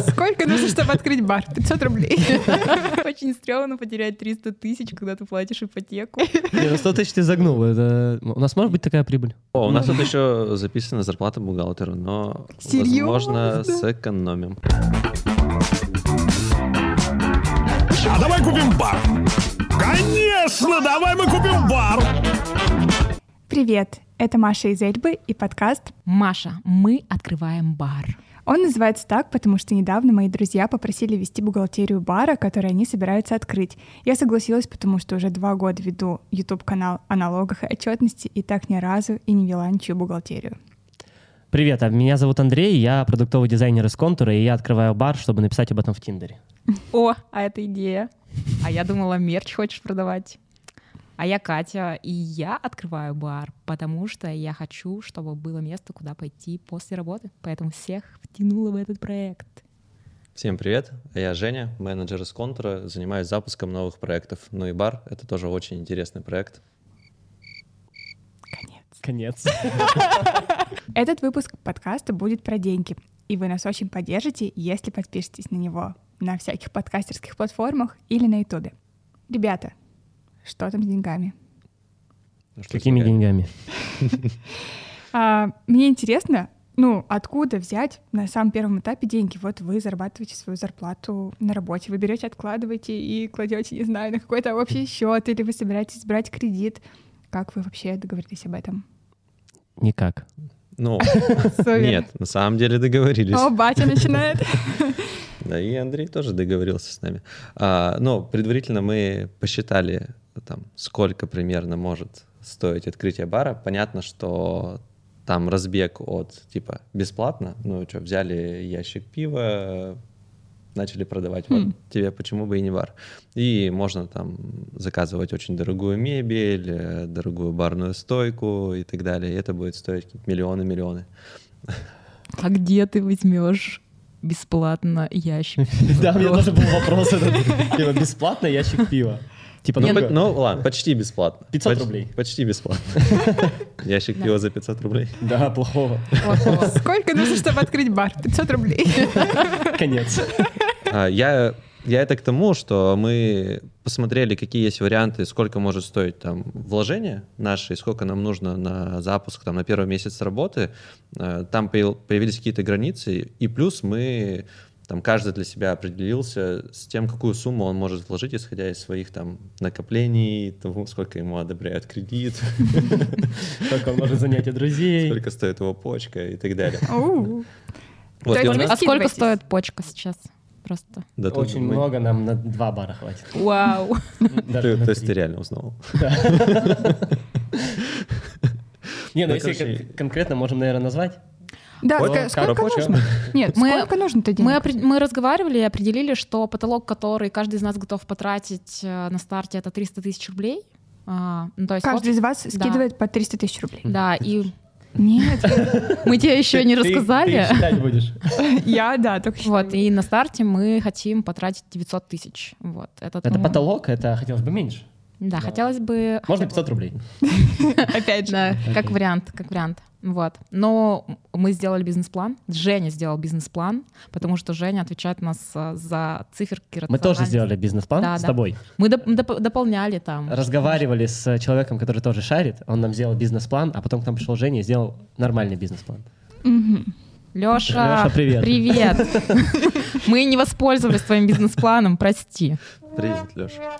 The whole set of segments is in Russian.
Сколько нужно, чтобы открыть бар? 500 рублей. Очень стрёмно потерять 300 тысяч, когда ты платишь ипотеку. Не, ну 100 тысяч ты загнул. Это... У нас может быть такая прибыль? О, у нас тут еще записана зарплата бухгалтеру, но, Серьёзно? возможно, сэкономим. А давай купим бар. Конечно, давай мы купим бар. Привет, это Маша из Эльбы и подкаст. Маша, мы открываем бар. Он называется так, потому что недавно мои друзья попросили вести бухгалтерию бара, который они собираются открыть. Я согласилась, потому что уже два года веду YouTube-канал о налогах и отчетности и так ни разу и не вела ничью бухгалтерию. Привет, а меня зовут Андрей, я продуктовый дизайнер из Контура, и я открываю бар, чтобы написать об этом в Тиндере. О, а это идея. А я думала, мерч хочешь продавать. А я Катя, и я открываю бар, потому что я хочу, чтобы было место, куда пойти после работы. Поэтому всех втянула в этот проект. Всем привет, я Женя, менеджер из Контура, занимаюсь запуском новых проектов. Ну и бар — это тоже очень интересный проект. Конец. Конец. Этот выпуск подкаста будет про деньги, и вы нас очень поддержите, если подпишетесь на него на всяких подкастерских платформах или на Ютубе. Ребята, что там с деньгами? Ну, что Какими такое? деньгами? А, мне интересно, ну, откуда взять на самом первом этапе деньги? Вот вы зарабатываете свою зарплату на работе, вы берете, откладываете и кладете, не знаю, на какой-то общий счет, или вы собираетесь брать кредит. Как вы вообще договорились об этом? Никак. Ну, Супер. нет, на самом деле договорились. О, батя начинает. Да, и Андрей тоже договорился с нами. А, но предварительно мы посчитали, там, сколько примерно может стоить открытие бара. Понятно, что там разбег от, типа, бесплатно. Ну, что, взяли ящик пива, начали продавать. Вот Хм. тебе почему бы и не бар. И можно там заказывать очень дорогую мебель, э, дорогую барную стойку и так далее. И это будет стоить какие-то миллионы-миллионы. А где ты возьмешь бесплатно ящик? Да, у меня тоже был вопрос этот. Типа, бесплатно ящик пива. Типа, ну, Ну, по- ну, ладно, почти бесплатно. 500 Поч- рублей. Почти бесплатно. Ящик пива за 500 рублей. Да, плохого. Сколько нужно, чтобы открыть бар? 500 рублей. Конец. А, Я, я это к тому, что мы посмотрели, какие есть варианты, сколько может стоить там вложение наше, и сколько нам нужно на запуск, там, на первый месяц работы. Э, Там появ- появились какие-то границы, и плюс мы там каждый для себя определился с тем, какую сумму он может вложить, исходя из своих там накоплений, того, сколько ему одобряют кредит, Только он может занять у друзей. сколько стоит его почка и так далее. Оу. Вот, То и у есть нас- А сколько Скидывайтесь. стоит почка сейчас? Просто. Да, тут Очень мы- много, нам на два бара хватит. Вау. Даже Ты- на то есть три. ты реально узнал. Не, ну Ну, если короче, кон- конкретно можем, наверное, назвать. Да, Вот, ска- сколько короче. нужно? Нет, Мы- сколько нужно-то Мы, денег? опре- мы разговаривали и определили, что потолок, который каждый из нас готов потратить э, на старте, это 300 тысяч рублей. А, ну, то есть Каждый общ- из вас скидывает по 300 тысяч рублей. Да, и Хм. Нет, мы тебе еще не Ты- ты- рассказали. Ты считать будешь. я, да, только что. Вот, и на старте мы хотим потратить 900 тысяч. Вот, это, Это ну, потолок, это хотелось бы меньше. Да, Да. хотелось бы... Можно 500 рублей. Опять же. как Окей. вариант, как вариант. Вот. Но мы сделали бизнес-план. Женя сделал бизнес-план, потому что Женя отвечает у нас э, за циферки Мы тоже рациональности. сделали Да, бизнес-план с да. тобой. Мы доп- доп- дополняли там. Разговаривали с человеком, который тоже шарит. Он нам сделал бизнес-план, а потом к нам пришел Женя и сделал нормальный бизнес-план. Мгм. Леша, Лёша, привет. Привет. Мы не воспользовались твоим бизнес-планом, прости. Привет, Леша.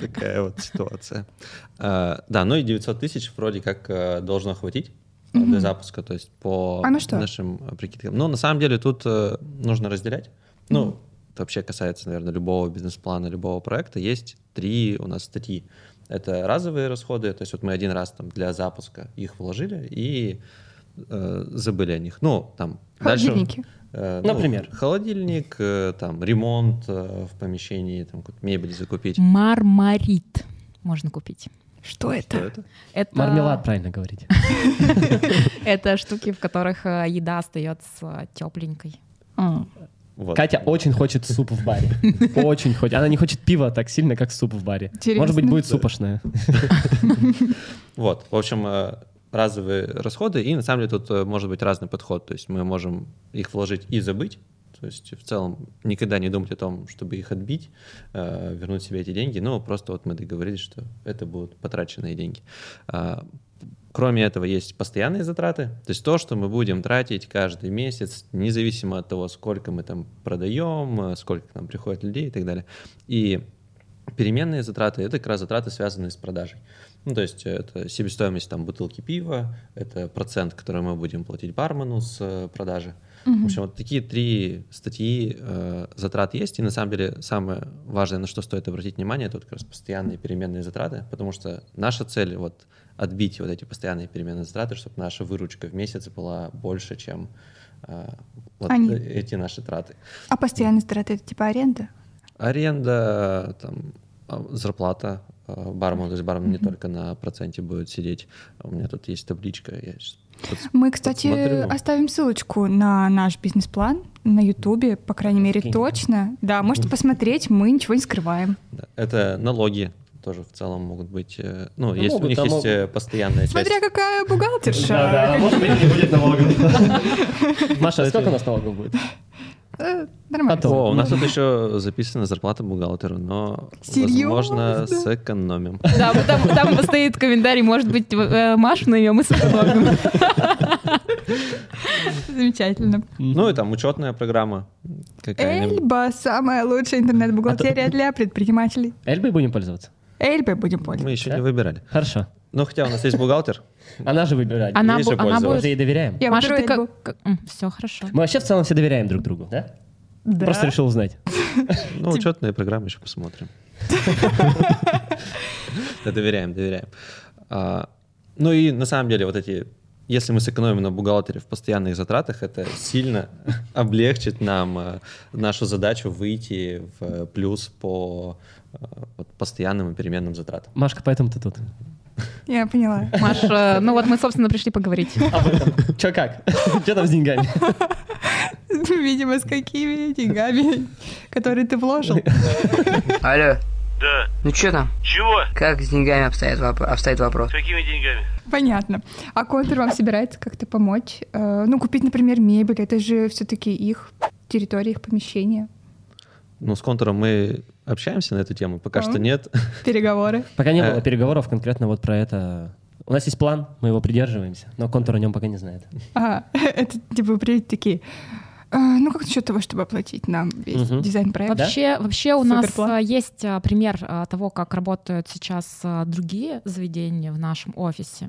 Такая вот ситуация. А, Да, ну и 900 тысяч вроде как э, должно хватить э, для запуска, то есть по А на что? нашим э, прикидкам. Ну, на самом деле тут э, нужно разделять. Ну, это вообще касается, наверное, любого бизнес-плана, любого проекта. Есть три у нас статьи. Это разовые расходы, то есть вот мы один раз там для запуска их вложили и э, забыли о них. Ну, там дальше... Холодильники. Э, Например? холодильник, э, там, ремонт э, в помещении, там, какую-то мебель закупить. Мармарит можно купить. Что Что это? это? Это, Мармелад, правильно говорить. Это штуки, в которых э, еда э, остается тепленькой. М. Вот. Катя очень хочет суп в баре. Очень хочет. Она не хочет пива так сильно, как суп в баре. Интересно. Может быть, будет супошная. Вот, в общем, э, разовые расходы, и на самом деле тут э, может быть разный подход. То есть мы можем их вложить и забыть. То есть в целом никогда не думать о том, чтобы их отбить, э, вернуть себе эти деньги. Но просто вот мы договорились, что это будут потраченные деньги. А, Кроме этого, есть постоянные затраты, то есть то, что мы будем тратить каждый месяц, независимо от того, сколько мы там продаем, э, сколько к нам приходит людей и так далее. И переменные затраты — это как раз затраты, связанные с продажей. Ну, то есть это себестоимость там бутылки пива, это процент, который мы будем платить бармену с э, продажи. В общем, вот такие три статьи э, затрат есть, и на самом деле самое важное, на что стоит обратить внимание, это вот как раз постоянные переменные затраты, потому что наша цель вот отбить вот эти постоянные переменные затраты, чтобы наша выручка в месяц была больше, чем э, вот Они. эти наши траты. А постоянные затраты это типа аренда? Аренда, там, а, зарплата э, бармену, то есть бармен не только на проценте будет сидеть. А У меня тут есть табличка. Я щас подс- Мы, кстати, подсмотрю. оставим ссылочку на наш бизнес-план на Ютубе, по крайней мере, Скинь. точно. Да, можете посмотреть, мы ничего не скрываем. Да. Это налоги тоже в целом могут быть. э, Ну, Да есть, у могут, них а есть могут. э, постоянная Смотря часть. какая бухгалтерша. Да-да, может быть, не будет налогов. Маша, а сколько у нас налогов будет? Э, Нормально. Потом. О, у нас тут еще записана зарплата бухгалтеру, но, возможно, Серьёзно? сэкономим. Да, вот там, там стоит комментарий, может быть, э, Машу наймем и сэкономим. Замечательно. Ну и там учетная программа какая-нибудь. Эльба — самая лучшая А интернет-бухгалтерия для предпринимателей. Эльбой будем пользоваться? Эльбой будем пользоваться. Мы еще не выбирали. Хорошо. Ну, хотя у нас есть бухгалтер. Она же выбирает. Она, Есть же бу- она польза. Мы будет... же ей доверяем. Я Маша, выберу ты Эльбу. как... Все хорошо. Мы вообще в целом все доверяем друг другу, да? Да. Просто решил узнать. Ну, учетная программа еще посмотрим. Да, доверяем, доверяем. А, Ну и на самом деле вот эти, если мы сэкономим на бухгалтере в постоянных затратах, это сильно облегчит нам э, нашу задачу выйти в э, плюс по э, вот постоянным и переменным затратам. Машка, поэтому ты тут. Я поняла. Маша, ну вот мы, собственно, пришли поговорить. Че как? Че там с деньгами? Видимо, с какими деньгами, которые ты вложил. Алло, Да. ну что там? Чего? Как с деньгами обстоит, воп- обстоит вопрос? С какими деньгами? Понятно. А Компер вам собирается как-то помочь? Э, Ну, купить, например, мебель. Это же все-таки их территория, их помещение. Ну, с контуром мы общаемся на эту тему, пока что Мгм. нет. Переговоры. Пока не было Э. переговоров конкретно вот про это. У нас есть план, мы его придерживаемся, но контур о нем пока не знает. А, это типа вы приедете такие. «Э, Ну, как насчет того, чтобы оплатить нам весь Мгм. дизайн-проект? Вообще, вообще у нас Суперплан. а, есть а, пример а, того, как работают сейчас а, другие заведения в нашем офисе.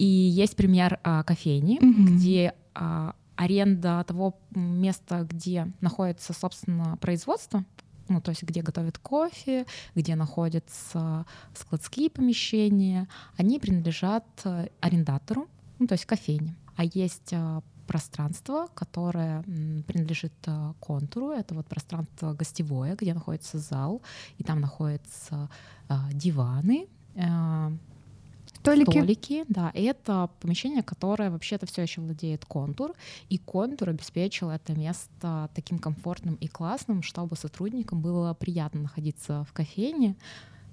И есть пример а, кофейни, Мгм. где а, аренда того места, где находится, собственно, производство, ну, то есть где готовят кофе, где находятся складские помещения, они принадлежат э, арендатору, ну, то есть кофейне. А есть э, пространство, которое м, принадлежит э, контуру. Это вот пространство гостевое, где находится зал, и там находятся э, диваны, э, Столики. Столики, да. И это помещение, которое вообще-то все еще владеет контур. И контур обеспечил это место таким комфортным и классным, чтобы сотрудникам было приятно находиться в кофейне.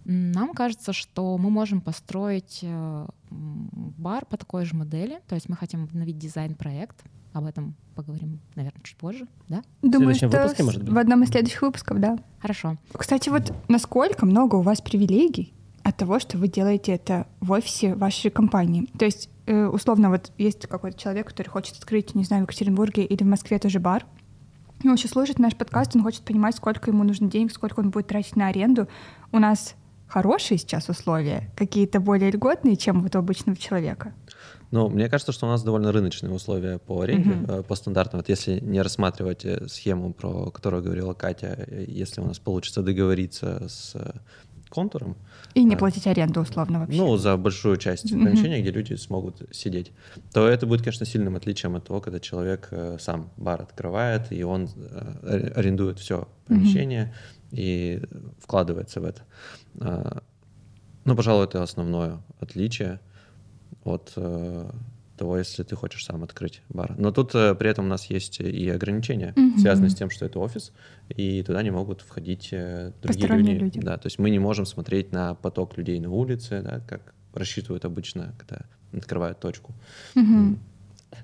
М, Нам кажется, что мы можем построить э, м, бар по такой же модели. То есть мы хотим обновить дизайн-проект. Об этом поговорим, наверное, чуть позже, да? Думаю, следующем что выпуске, с- может быть? в одном из следующих выпусков, да. Хорошо. Кстати, вот насколько много у вас привилегий от того, что вы делаете это в офисе вашей компании? То есть, э, условно, вот есть какой-то человек, который хочет открыть, не знаю, в Екатеринбурге или в Москве тоже бар, и он сейчас слушает наш подкаст, он хочет понимать, сколько ему нужно денег, сколько он будет тратить на аренду. У нас хорошие сейчас условия, какие-то более льготные, чем вот у обычного человека. Ну, мне кажется, что у нас довольно рыночные условия по аренде, э, по стандартам. Вот если не рассматривать э, схему, про которую говорила Катя, э, если у нас получится договориться с э, контуром, И не Да. платить аренду условно вообще. ну, за большую часть Мгм. помещения, где люди смогут сидеть, то это будет, конечно, сильным отличием от того, когда человек э, сам бар открывает, и он э, аре- арендует все помещение и вкладывается в это. А, Ну, пожалуй, это основное отличие от э, того, если ты хочешь сам открыть бар. Но тут э, при этом у нас есть и ограничения, связанные с тем, что это офис, и туда не могут входить э, другие Посторонние люди. люди. Да, то есть мы не можем смотреть на поток людей на улице, да, как рассчитывают обычно, когда открывают точку. Мгм.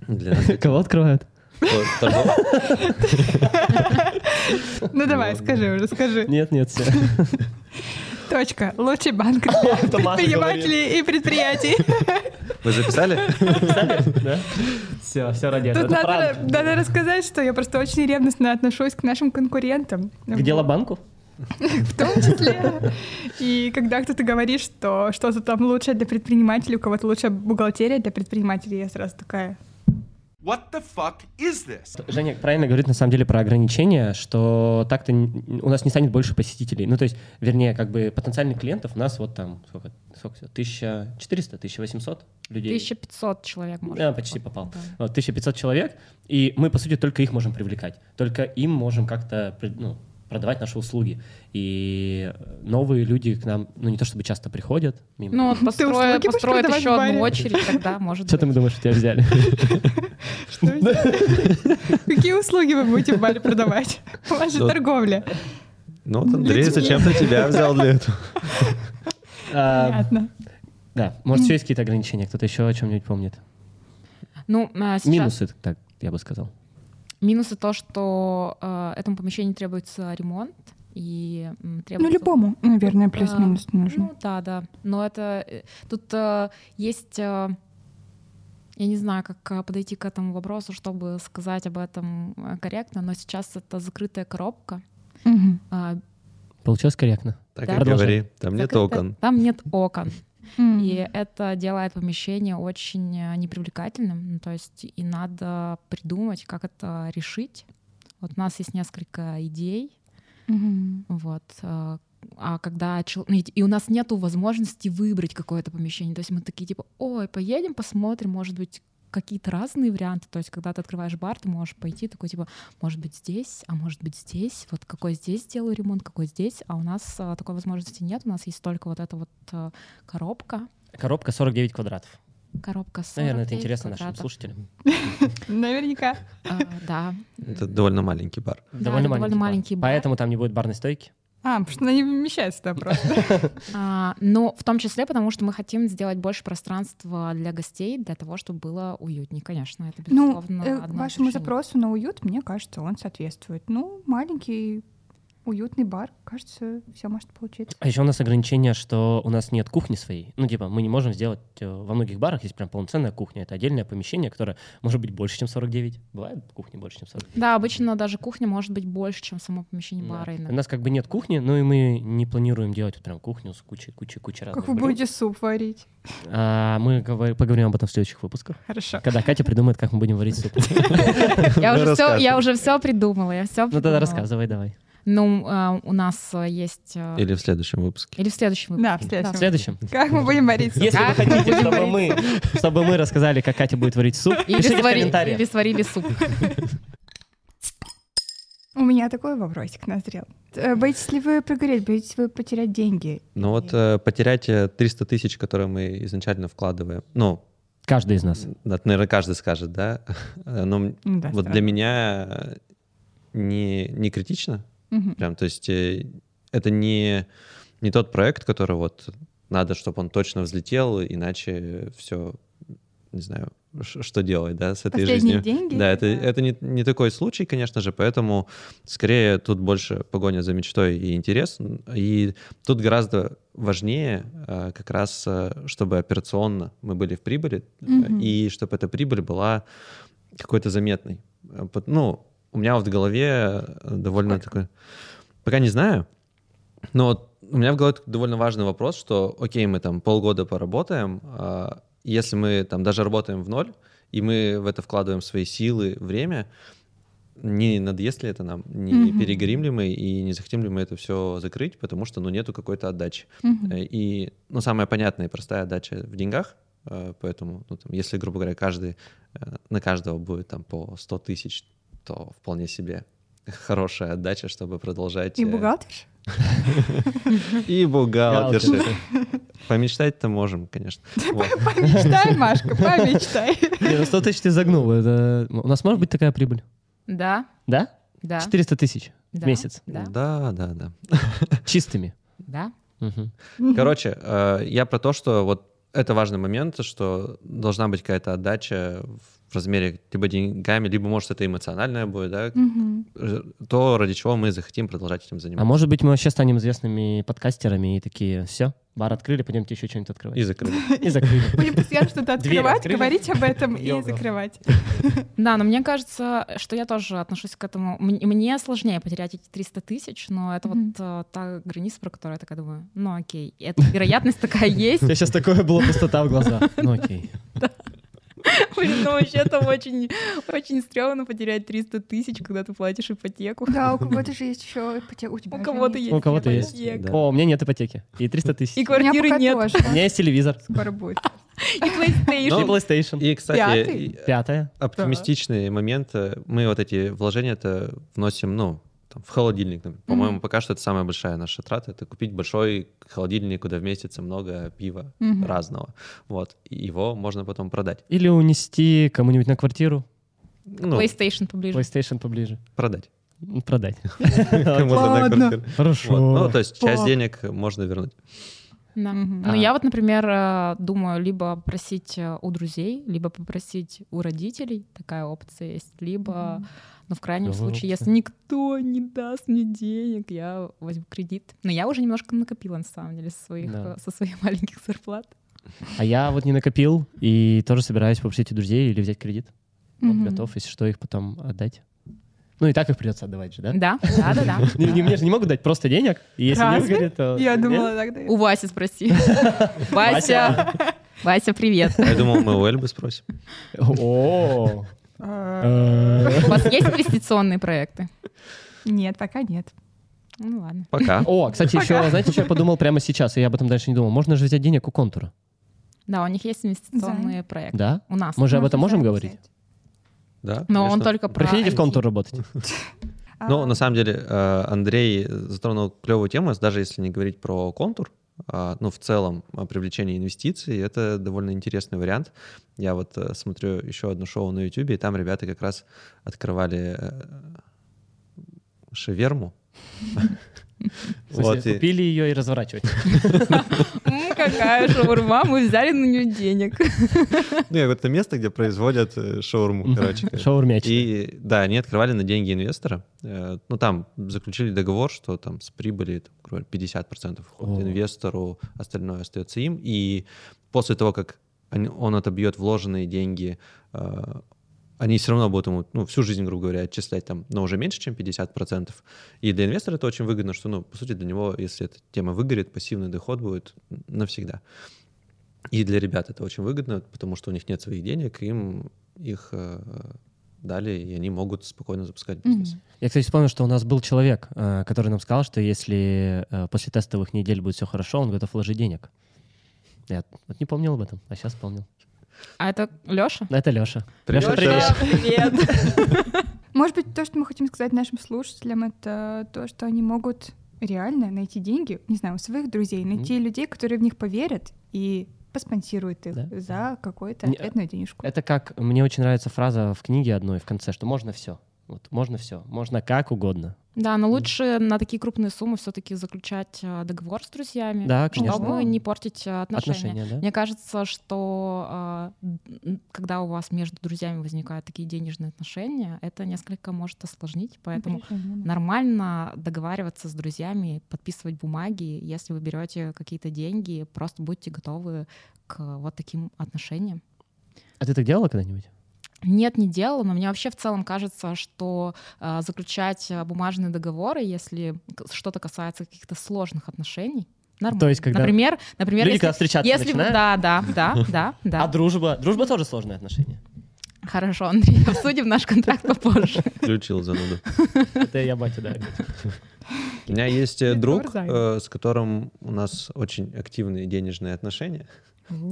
Для Кого открывают? торгов- Ну давай, скажи уже, скажи. Нет, нет, все. Точка. Лучший банк для предпринимателей и предприятий. Вы записали? Все, все ради Тут надо, надо рассказать, что я просто очень ревностно отношусь к нашим конкурентам. Где лобанку? В том числе. И когда кто-то говорит, что что-то там лучшее для предпринимателей, у кого-то лучшая бухгалтерия для предпринимателей, я сразу такая... What the fuck is this? Женя правильно говорит на самом деле про ограничения, что так-то н- у нас не станет больше посетителей. Ну, то есть, вернее, как бы потенциальных клиентов у нас вот там сколько, сколько всего? 1400, 1800 людей. 1500 человек, может. Да, почти попал. Да. Вот, 1500 человек, и мы, по сути, только их можем привлекать. Только им можем как-то при- ну, продавать наши услуги. И новые люди к нам, ну, не то чтобы часто приходят. Мимо. Ну, вот построят, услуги будешь построят продавать еще в баре? одну очередь, тогда может Что ты быть. думаешь, тебя взяли? Что это? Какие услуги вы будете в баре продавать? У вас же Да. торговля. Ну, вот Андрей зачем-то тебя взял для этого. А, Понятно. Да, может, еще есть какие-то ограничения, кто-то еще о чем-нибудь помнит. Ну, а, сейчас Минусы, так я бы сказал. минусы то, что э, этому помещению требуется ремонт, и м, Ну, требуется... любому, наверное, плюс-минус нужно. Ну да, да. Но это э, тут э, есть. э, я не знаю, как э, подойти к этому вопросу, чтобы сказать об этом э, корректно, но сейчас это закрытая коробка. Мгм. а, Получилось корректно. Так Да. и говори, там нет закрытая- окон. Там нет окон. М. И это делает помещение очень э, непривлекательным. Ну, То есть и надо придумать, как это решить. Вот у нас есть несколько идей. Мгм. Вот. э, А когда чел- ну, и- и у нас нету возможности выбрать какое-то помещение, то есть мы такие типа, ой, поедем, посмотрим, может быть какие-то разные варианты, то есть когда ты открываешь бар, ты можешь пойти такой типа, может быть здесь, а может быть здесь, вот какой здесь сделаю ремонт, какой здесь, а у нас а, такой возможности нет, у нас есть только вот эта вот а, коробка, Коробка 49 квадратов. коробка с Наверное, это интересно нашим слушателям. Наверняка. А, Да, Это довольно маленький бар. довольно маленький бар. Поэтому там не будет барной стойки. А, потому что она не вмещается туда просто. А, но в том числе, потому что мы хотим сделать больше пространства для гостей, для того, чтобы было уютнее, конечно. Это, Ну, безусловно, э, одно из вашему решений. запросу на уют, мне кажется, он соответствует. Ну, маленький уютный бар, кажется, все может получиться. А еще у нас ограничение, что у нас нет кухни своей. Ну, типа, мы не можем сделать... э, Во многих барах есть прям полноценная кухня. Это отдельное помещение, которое может быть больше, чем 49. Бывает кухни больше, чем 49. Да, обычно даже кухня может быть больше, чем само помещение Да. бара. У иногда. нас как бы нет кухни, но и мы не планируем делать вот прям кухню с кучей, кучей, кучей разных Как вы блюд. будете суп варить? А, мы говор- поговорим об этом в следующих выпусках. Хорошо. Когда Катя придумает, как мы будем варить суп. Я, уже все, рассказывай. я уже все придумала, я все Ну тогда рассказывай давай. Ну, э, у нас э, есть... э, Или в следующем выпуске. Или в следующем выпуске. Да, в В следующем. следующем. Как мы будем варить суп? Если вы Как хотите, мы будем чтобы варить мы, чтобы мы рассказали, как Катя будет варить суп, Или, пишите в свари- комментариях. или сварили суп. У меня такой вопросик назрел. Э, Боитесь ли вы прогореть, боитесь ли вы потерять деньги? Ну вот э, потерять э, 300 тысяч, которые мы изначально вкладываем, ну, Каждый из нас. да, наверное, каждый скажет, да, но м- Ну да, вот странно. для меня э, не, не критично, Мгм. прям, то есть э, это не, не тот проект, который вот надо, чтобы он точно взлетел, иначе все, не знаю, ш- что делать, да, с этой Последние жизнью. деньги? Да, это, это не, не такой случай, конечно же, поэтому скорее тут больше погоня за мечтой и интерес. И тут гораздо важнее э, как раз, э, чтобы операционно мы были в прибыли, э, Мгм. и чтобы эта прибыль была какой-то заметной. Э, пот- Ну, у меня вот в голове э, довольно такой... Пока не знаю, но вот у меня в голове такой довольно важный вопрос, что, окей, мы там полгода поработаем, а, если мы там даже работаем в ноль, и мы в это вкладываем свои силы, время, не надоест ли это нам, не Мгм. перегорим ли мы и не захотим ли мы это все закрыть, потому что, ну, нету какой-то отдачи. Мгм. Э, И, ну, самая понятная и простая отдача в деньгах, э, поэтому, ну, там, если, грубо говоря, каждый, э, на каждого будет там по 100 тысяч, то вполне себе хорошая отдача, чтобы продолжать... И э, бухгалтерш? и бухгалтерши. Бухгалтерши. Помечтать-то можем, конечно. Вот. Помечтай, Машка, помечтай. Не, ну 100 тысяч ты загнул. Это... У нас может быть такая прибыль? Да, Да? да. 400 тысяч в Да. месяц. Да, Да, да, да. Чистыми. да. Мгм. Короче, э, я про то, что вот это важный момент, что должна быть какая-то отдача в размере либо деньгами, либо, может, это эмоциональное будет, да, Мгм. э, то, ради чего мы захотим продолжать этим А заниматься. может быть, мы вообще станем известными подкастерами и такие, все, бар открыли, пойдемте еще что-нибудь И открывать. закрыли. И закрыли. Будем постоянно что-то Дверь открывать, открыли. говорить об этом и Ёлка. закрывать. Да, но мне кажется, что я тоже отношусь к этому. М- Мне сложнее потерять эти 300 тысяч, но это Мгм. вот э, та граница, про которую я такая думаю, ну окей, эта вероятность такая есть. У тебя сейчас такое было пустота в глазах. Ну окей. Блин, ну вообще это очень, очень стрёмно потерять 300 тысяч, когда ты платишь ипотеку. Да, у кого-то же есть еще ипотека. У тебя У же кого-то есть. есть У кого-то есть. ипотека. Да. О, у меня нет ипотеки. И 300 И тысяч. У меня квартиры пока нет, тоже. У меня есть телевизор. Скоро будет. и PlayStation. Ну, И PlayStation. И, кстати, Пятый? и- Пятое. оптимистичный момент. э, Мы вот эти вложения-то вносим, ну, там, в холодильник. например. По-моему, пока что это самая большая наша трата. Это купить большой холодильник, куда вместится много пива Мгм. разного. Вот. И его можно потом продать. Или унести кому-нибудь на квартиру. Ну, PlayStation поближе. PlayStation поближе. продать. Ну, Продать. Кому-то на Ладно. квартиру. Вот. Ну, Хорошо. то есть часть Так. денег можно вернуть. Да. Мгм. Ну, я вот, например, э, думаю, либо попросить э, у друзей, либо попросить у родителей, такая опция есть, либо, ну, в крайнем Здорово. случае, если никто не даст мне денег, я возьму кредит. Но я уже немножко накопила, на самом деле, со своих, Да. э, со своих маленьких зарплат. А я вот не накопил и тоже собираюсь попросить у друзей или взять кредит. Вот Мгм. готов, если что, их потом отдать. Ну и так их придется отдавать же, да? Да, да, да, да. Не- не- Мне же не могут дать просто денег. И если не Разве? выгорит, то... Я Нет? думала тогда. У Васи спроси. Вася, Вася, привет. Я думал, мы у Эльбы спросим. О. А. Э, Э. У вас есть инвестиционные проекты? Нет, пока нет. Ну ладно. Пока. О, кстати, еще, знаете, что я подумал прямо сейчас, и я об этом дальше не думал. Можно же взять денег у контура, Да, у них есть инвестиционные проекты. да? У нас. Мы же об Можно этом можем сами говорить? взять. Да, Но он конечно. только про Приходите в IT. контур работать. А, Ну, на самом деле, э, Андрей затронул клевую тему, даже если не говорить про контур, а, ну, в целом, а, привлечение инвестиций, это довольно интересный вариант. Я вот э, смотрю еще одно шоу на YouTube, и там ребята как раз открывали э, шеверму. В смысле, Вот и- Купили ее и разворачивать. М, какая шаурма, мы взяли на нее денег. Ну, я говорю, это место, где производят э, шаурму, короче. Шаурмяч. И да, они открывали на деньги инвестора. Э, Ну, там заключили договор, что там с прибыли там, грубо говоря, 50% О. уходит инвестору, остальное остается им. И после того, как они- он отобьет вложенные деньги, э, они все равно будут ему ну, всю жизнь, грубо говоря, отчислять там, но уже меньше, чем 50%. И для инвестора это очень выгодно, что, ну, по сути, для него, если эта тема выгорит, пассивный доход будет навсегда. И для ребят это очень выгодно, потому что у них нет своих денег, им их э, дали, и они могут спокойно запускать бизнес. Я, кстати, вспомнил, что у нас был человек, э, который нам сказал, что если э, после тестовых недель будет все хорошо, он готов вложить денег. Я вот не помнил об этом, а сейчас вспомнил. А это Леша? Это Леша. Леша, Лёша. привет. Привет. Может быть, то, что мы хотим сказать нашим слушателям, это то, что они могут реально найти деньги, не знаю, у своих друзей, найти людей, которые в них поверят и поспонсируют их Да. за какую-то Не- а ответную денежку. Ну, Это как, мне очень нравится фраза в книге одной в конце, что можно все. Вот, можно все, можно как угодно. Да, но лучше на такие крупные суммы все-таки заключать э, договор с друзьями, Да, конечно. чтобы не портить э, отношения. Отношения, да? Мне кажется, что э, н- когда у вас между друзьями возникают такие денежные отношения, это несколько может осложнить, поэтому нормально договариваться с друзьями, подписывать бумаги. Если вы берете какие-то деньги, просто будьте готовы к вот таким отношениям. А ты так делала когда-нибудь? Нет, не делала, но мне вообще в целом кажется, что э, заключать э, бумажные договоры, если к- что-то касается каких-то сложных отношений, нормально. То есть, когда например, например, Люди, если, когда встречаться если вы- начинают? да, да, да, да, да. А дружба? Дружба тоже сложные отношения. Хорошо, Андрей, обсудим наш контракт попозже. Включил зануду. Это я батя, да. У меня есть э, друг, замер. э, с которым у нас очень активные денежные отношения.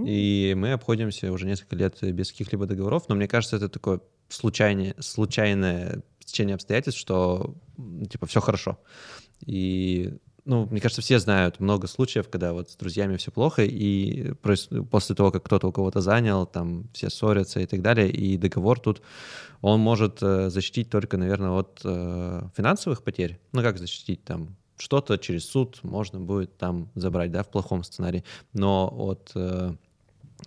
И мы обходимся уже несколько лет без каких-либо договоров, но мне кажется, это такое случайное, случайное течение обстоятельств, что м, типа все хорошо. И ну, мне кажется, все знают много случаев, когда вот с друзьями все плохо, и проис- после того, как кто-то у кого-то занял, там все ссорятся и так далее, и договор тут, он может э, защитить только, наверное, от э, финансовых потерь. Ну, как защитить там? Что-то через суд можно будет там забрать, да, в плохом сценарии. Но от э,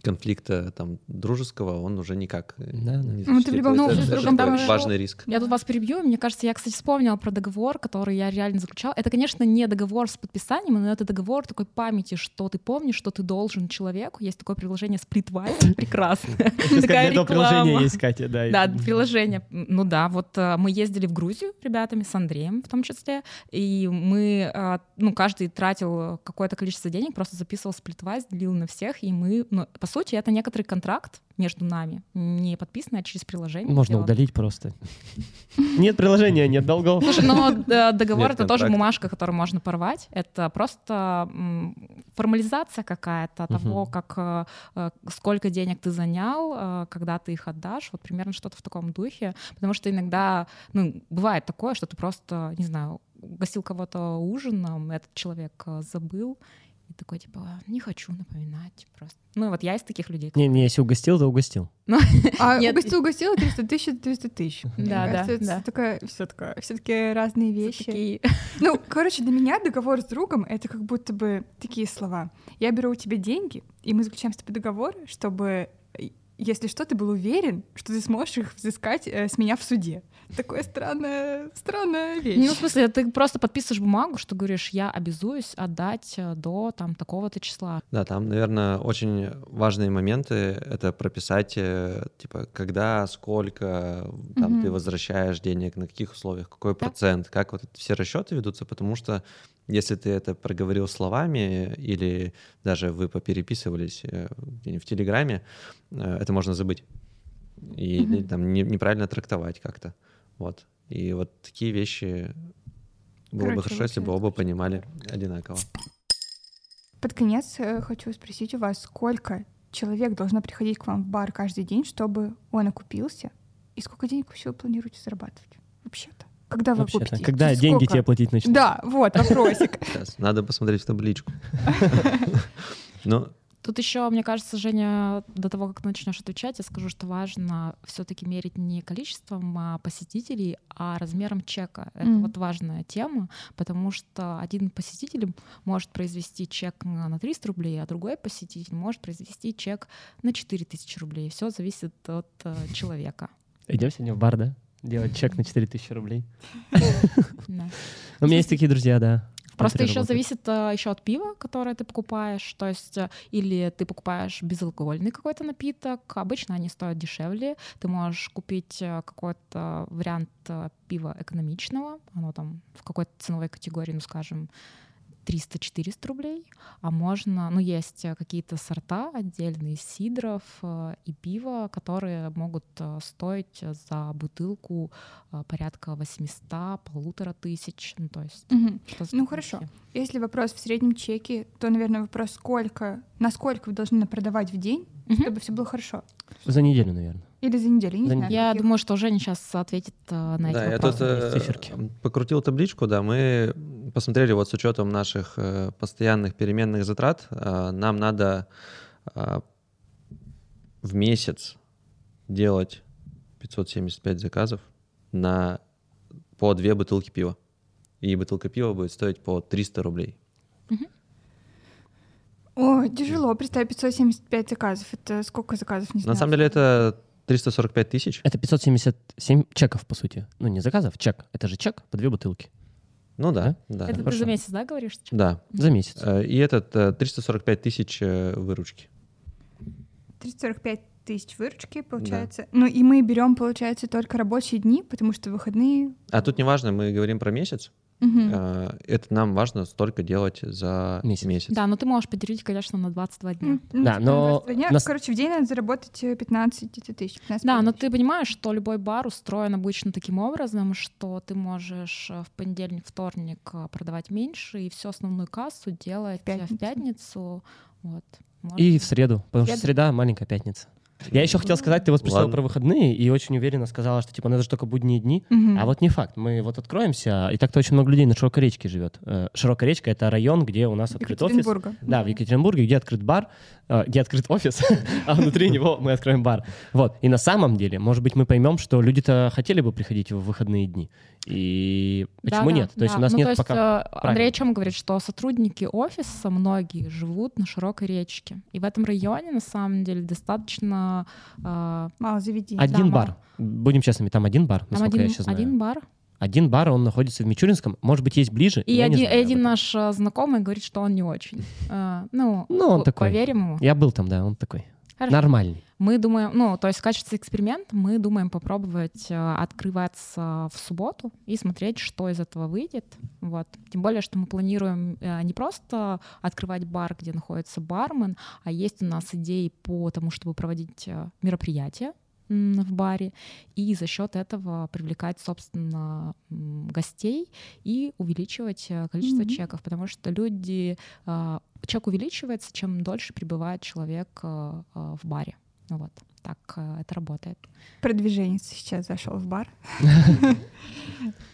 конфликта там дружеского он уже никак э, Да, да. не Ну, ты в защитит. любом Это- случае с это другом такой там и- важный риск. Я тут вас перебью. Мне кажется, я, кстати, вспомнила про договор, который я реально заключала. Это, конечно, не договор с подписанием, но это договор такой памяти, что ты помнишь, что ты должен человеку. Есть такое приложение Splitwise. Прекрасно. Такая этого приложения реклама. есть, Катя, да. и- Да, приложение. Ну да, вот э, мы ездили в Грузию ребятами, с Андреем в том числе, и мы, э, ну, каждый тратил какое-то количество денег, просто записывал сплитвайз, делил на всех, и мы, ну, по сути, это некоторый контракт между нами, не подписанный, а через приложение. Можно сделан. удалить просто. Нет приложения, нет долгов. Слушай, но э, договор Нет, это тоже контракт. бумажка, которую можно порвать. Это просто м, формализация какая-то того, Мгм. как э, э, сколько денег ты занял, э, когда ты их отдашь. Вот примерно что-то в таком духе. Потому что иногда ну, бывает такое, что ты просто, не знаю, угостил кого-то ужином, этот человек э, забыл. И такой, типа, не хочу напоминать просто. Ну, вот я из таких людей. Не, не, если угостил, то угостил. А Нет. угостил, угостила 300 тысяч, это 300 тысяч. Мне Да, да, кажется, это да. такая- всё-таки- все-таки разные вещи. Такие, Ну, короче, для меня договор с другом — это как будто бы такие слова. Я беру у тебя деньги, и мы заключаем с тобой договор, чтобы, э, если что, ты был уверен, что ты сможешь их взыскать э, с меня в суде. Такое странное, странная Ну, в вещь. смысле, ты просто подписываешь бумагу, что говоришь, я обязуюсь отдать э, до там такого-то числа. Да, там, наверное, очень важные моменты это прописать, э, типа, когда, сколько там Мгм. ты возвращаешь денег, на каких условиях, какой процент, как вот это все расчеты ведутся, потому что если ты это проговорил словами или даже вы попереписывались э, где-нибудь в Телеграме, э, это можно забыть и или там не- неправильно трактовать как-то, вот. И вот такие вещи было бы Короче, хорошо, если бы вообще оба понимали одинаково. Под конец э, хочу спросить у вас, сколько человек должно приходить к вам в бар каждый день, чтобы он окупился? И сколько денег вообще вы планируете зарабатывать? Вообще-то. Когда вы Вообще-то, окупитесь? когда Через деньги сколько? тебе платить начнут? Да, вот вопросик. Сейчас, надо посмотреть в табличку. Ну, Тут еще, мне кажется, Женя, до того, как ты начнешь отвечать, я скажу, что важно все-таки мерить не количеством а, посетителей, а размером чека. Это Мгм. вот важная тема, потому что один посетитель может произвести чек на на 300 рублей, а другой посетитель может произвести чек на 4000 рублей. Все зависит от э, человека. Идем сегодня в бар, да? Делать чек на 4000 рублей. Да. У меня есть такие друзья, да. в Просто театре еще работают. зависит еще от пива, которое ты покупаешь, то есть э, или ты покупаешь безалкогольный какой-то напиток, обычно они стоят дешевле, ты можешь купить э, какой-то вариант э, пива экономичного, оно там в какой-то ценовой категории, ну скажем, 300-400 рублей, а можно, ну есть э, какие-то сорта отдельные сидров э, и пива, которые могут э, стоить за бутылку э, порядка 800 полутора тысяч, ну то есть Мгм. что-то Ну, такое хорошо. вообще. Если вопрос в среднем чеке, то, наверное, вопрос сколько, насколько вы должны продавать в день, Мгм. чтобы все было хорошо. За неделю, наверное. Или за неделю, я не За знаю. Я каких. думаю, что Женя сейчас ответит э, на эти да, я тут вопросы. э, есть циферки. покрутил табличку, да, мы посмотрели вот с учетом наших э, постоянных переменных затрат, э, нам надо э, в месяц делать 575 заказов на по две бутылки пива. И бутылка пива будет стоить по 300 рублей. Ой, тяжело представить 575 заказов. Это сколько заказов, не знаю. На самом деле это 345 тысяч. Это 577 чеков, по сути. Ну, не заказов, чек. Это же чек по две бутылки. Ну да, да. Это ты хорошо. за месяц, да, говоришь? Да, За месяц. Э, И этот э, 345 тысяч э, выручки. 345 тысяч выручки, получается. Ну и мы берем, получается, только рабочие дни, потому что выходные... А тут неважно, мы говорим про месяц. Мгм. Э, Это нам важно столько делать за Месяц. месяц. Да, но ты можешь поделить, конечно, на 22 дня. Ну, ну, Да, типа, но 22 дня. нас- Короче, в день надо заработать э, 15 тысяч. 15 Да, но ты понимаешь, что любой бар устроен обычно таким образом, что ты можешь э, в понедельник, вторник э, продавать меньше и всю основную кассу делать В э, пятницу. в пятницу. Вот. Может, И в среду, потому что Среда. среда — маленькая пятница. Я еще хотел сказать, ты вот спросила Ладно. про выходные и очень уверенно сказала, что типа надо же только будние дни. Мгм. А вот не факт. Мы вот откроемся, и так-то очень много людей на Широкоречке живет. Э, Широкоречка — это район, где у нас открыт офис. Екатеринбурга. Да, в Екатеринбурге, где открыт бар, э, где открыт офис, а внутри него мы откроем бар. Вот. И на самом деле, может быть, мы поймем, что люди-то хотели бы приходить в выходные дни. И Да, почему да, нет? То есть да. у нас Ну, нет то есть, пока... э, Андрей о чем говорит, что сотрудники офиса многие живут на широкой речке. И в этом районе, на самом деле, достаточно... э, Мало заведений. Один да, бар. Будем честными, там один бар, там насколько один, я сейчас знаю. один бар. Один бар, он находится в Мичуринском. Может быть, есть ближе? И я не один, знаю об один этом. наш э, знакомый говорит, что он не очень. Э, Ну, Ну, он п- такой. поверим ему. Я был там, да, он такой. Хорошо. Нормальный. Мы думаем, ну, то есть в качестве эксперимента мы думаем попробовать э, открываться в субботу и смотреть, что из этого выйдет. Вот. Тем более, что мы планируем э, не просто открывать бар, где находится бармен, а есть у нас идеи по тому, чтобы проводить э, мероприятия м, в баре и за счет этого привлекать, собственно, м, гостей и увеличивать э, количество Мгм. чеков, потому что люди э, чек увеличивается, чем дольше пребывает человек э, э, в баре. Ну Вот так э, это работает. Продвиженец сейчас зашел в бар.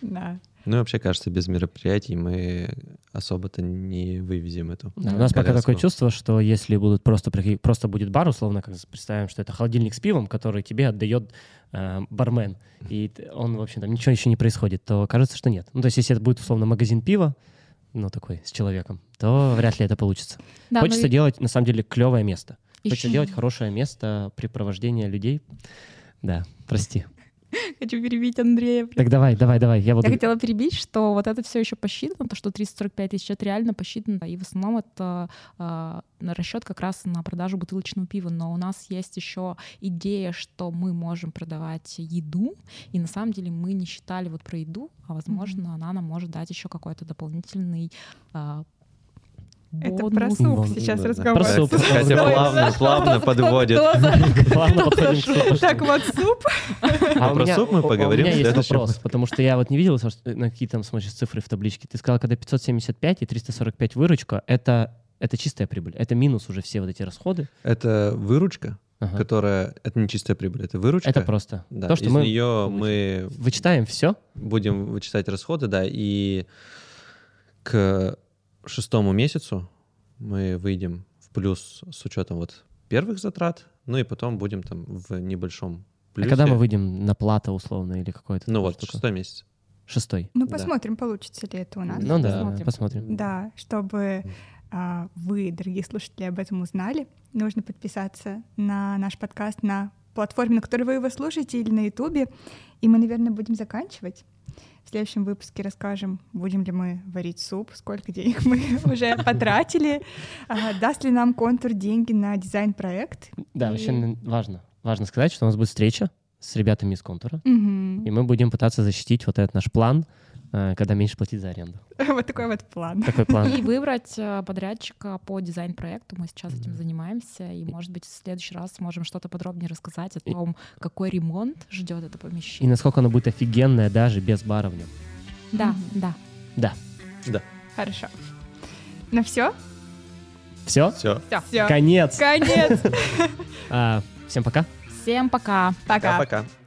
Да. Ну и вообще, кажется, без мероприятий мы особо-то не вывезем эту. Да, у нас пока коляску. такое чувство, что если будут просто прики- просто будет бар, условно, как представим, что это холодильник с пивом, который тебе отдает э, бармен, и т- он, в общем, там ничего еще не происходит, то кажется, что нет. Ну, то есть, если это будет условно магазин пива, ну такой с человеком, то вряд ли это получится. Да, ну Хочется и делать, на самом деле, клевое место. Хочется ещё- делать хорошее место препровождения людей. Да, прости. Хочу перебить Андрея. Так давай, давай, давай. Я буду. Я хотела перебить, что вот это все еще посчитано, то, что 345 тысяч это реально посчитано, и в основном это расчет как раз на продажу бутылочного пива, но у нас есть еще идея, что мы можем продавать еду, и на самом деле мы не считали вот про еду, а возможно она нам может дать еще какой-то дополнительный а, Это бонус. про суп Вон, сейчас Ну, да, да. разговор. Про суп. Хотя Давай, плавно, плавно подводит. Плавно подходим к супу. Так вот, суп. А Ну, у про меня- суп мы у- поговорим У меня в есть следующем. вопрос, потому что я вот не видел, Саш, на какие там смотришь цифры в табличке. Ты сказал, когда 575 и 345 выручка, это, это чистая прибыль. Это минус уже все вот эти расходы. Это выручка, Ага. которая... Это не чистая прибыль, это выручка. Это просто. Да, То, что из мы нее мы вычитаем а все. будем вычитать расходы, да, и к шестому месяцу мы выйдем в плюс с учетом вот первых затрат, ну и потом будем там в небольшом А плюсе. когда мы выйдем на плата условно или какой-то? Ну вот, штука? шестой месяц. шестой. Ну, Да. посмотрим, получится ли это у нас. Ну да, Посмотрим. посмотрим. Да, чтобы а, вы, дорогие слушатели, об этом узнали, нужно подписаться на наш подкаст на платформе, на которой вы его слушаете, или на Ютубе. И мы, наверное, будем заканчивать. В следующем выпуске расскажем, будем ли мы варить суп, сколько денег мы уже потратили, а, даст ли нам контур деньги на дизайн-проект. Да, вообще н- важно. Важно сказать, что у нас будет встреча с ребятами из контура, Мгм. и мы будем пытаться защитить вот этот наш план, э, когда меньше платить за аренду. Вот такой вот план. Такой план. И выбрать э, подрядчика по дизайн-проекту. Мы сейчас этим занимаемся. И, может быть, в следующий раз сможем что-то подробнее рассказать о И- том, какой ремонт ждет это И помещение. насколько оно будет офигенное даже без бара в нем. Да, да. Да. Хорошо. Ну все? Все? Все. Все. Конец. Конец. А, всем пока. Всем пока. Пока. Пока-пока.